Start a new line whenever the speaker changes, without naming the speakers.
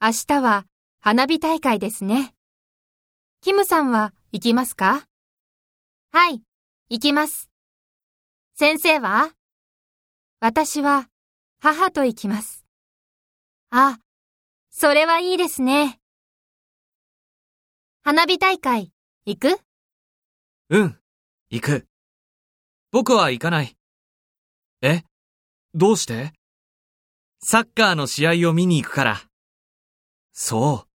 明日は花火大会ですね。キムさんは行きますかはい、行きます。先生は私は母と行きます。あ、それはいいですね。花火大会行く
うん、行く。僕は行かない。えどうしてサッカーの試合を見に行くから。そう。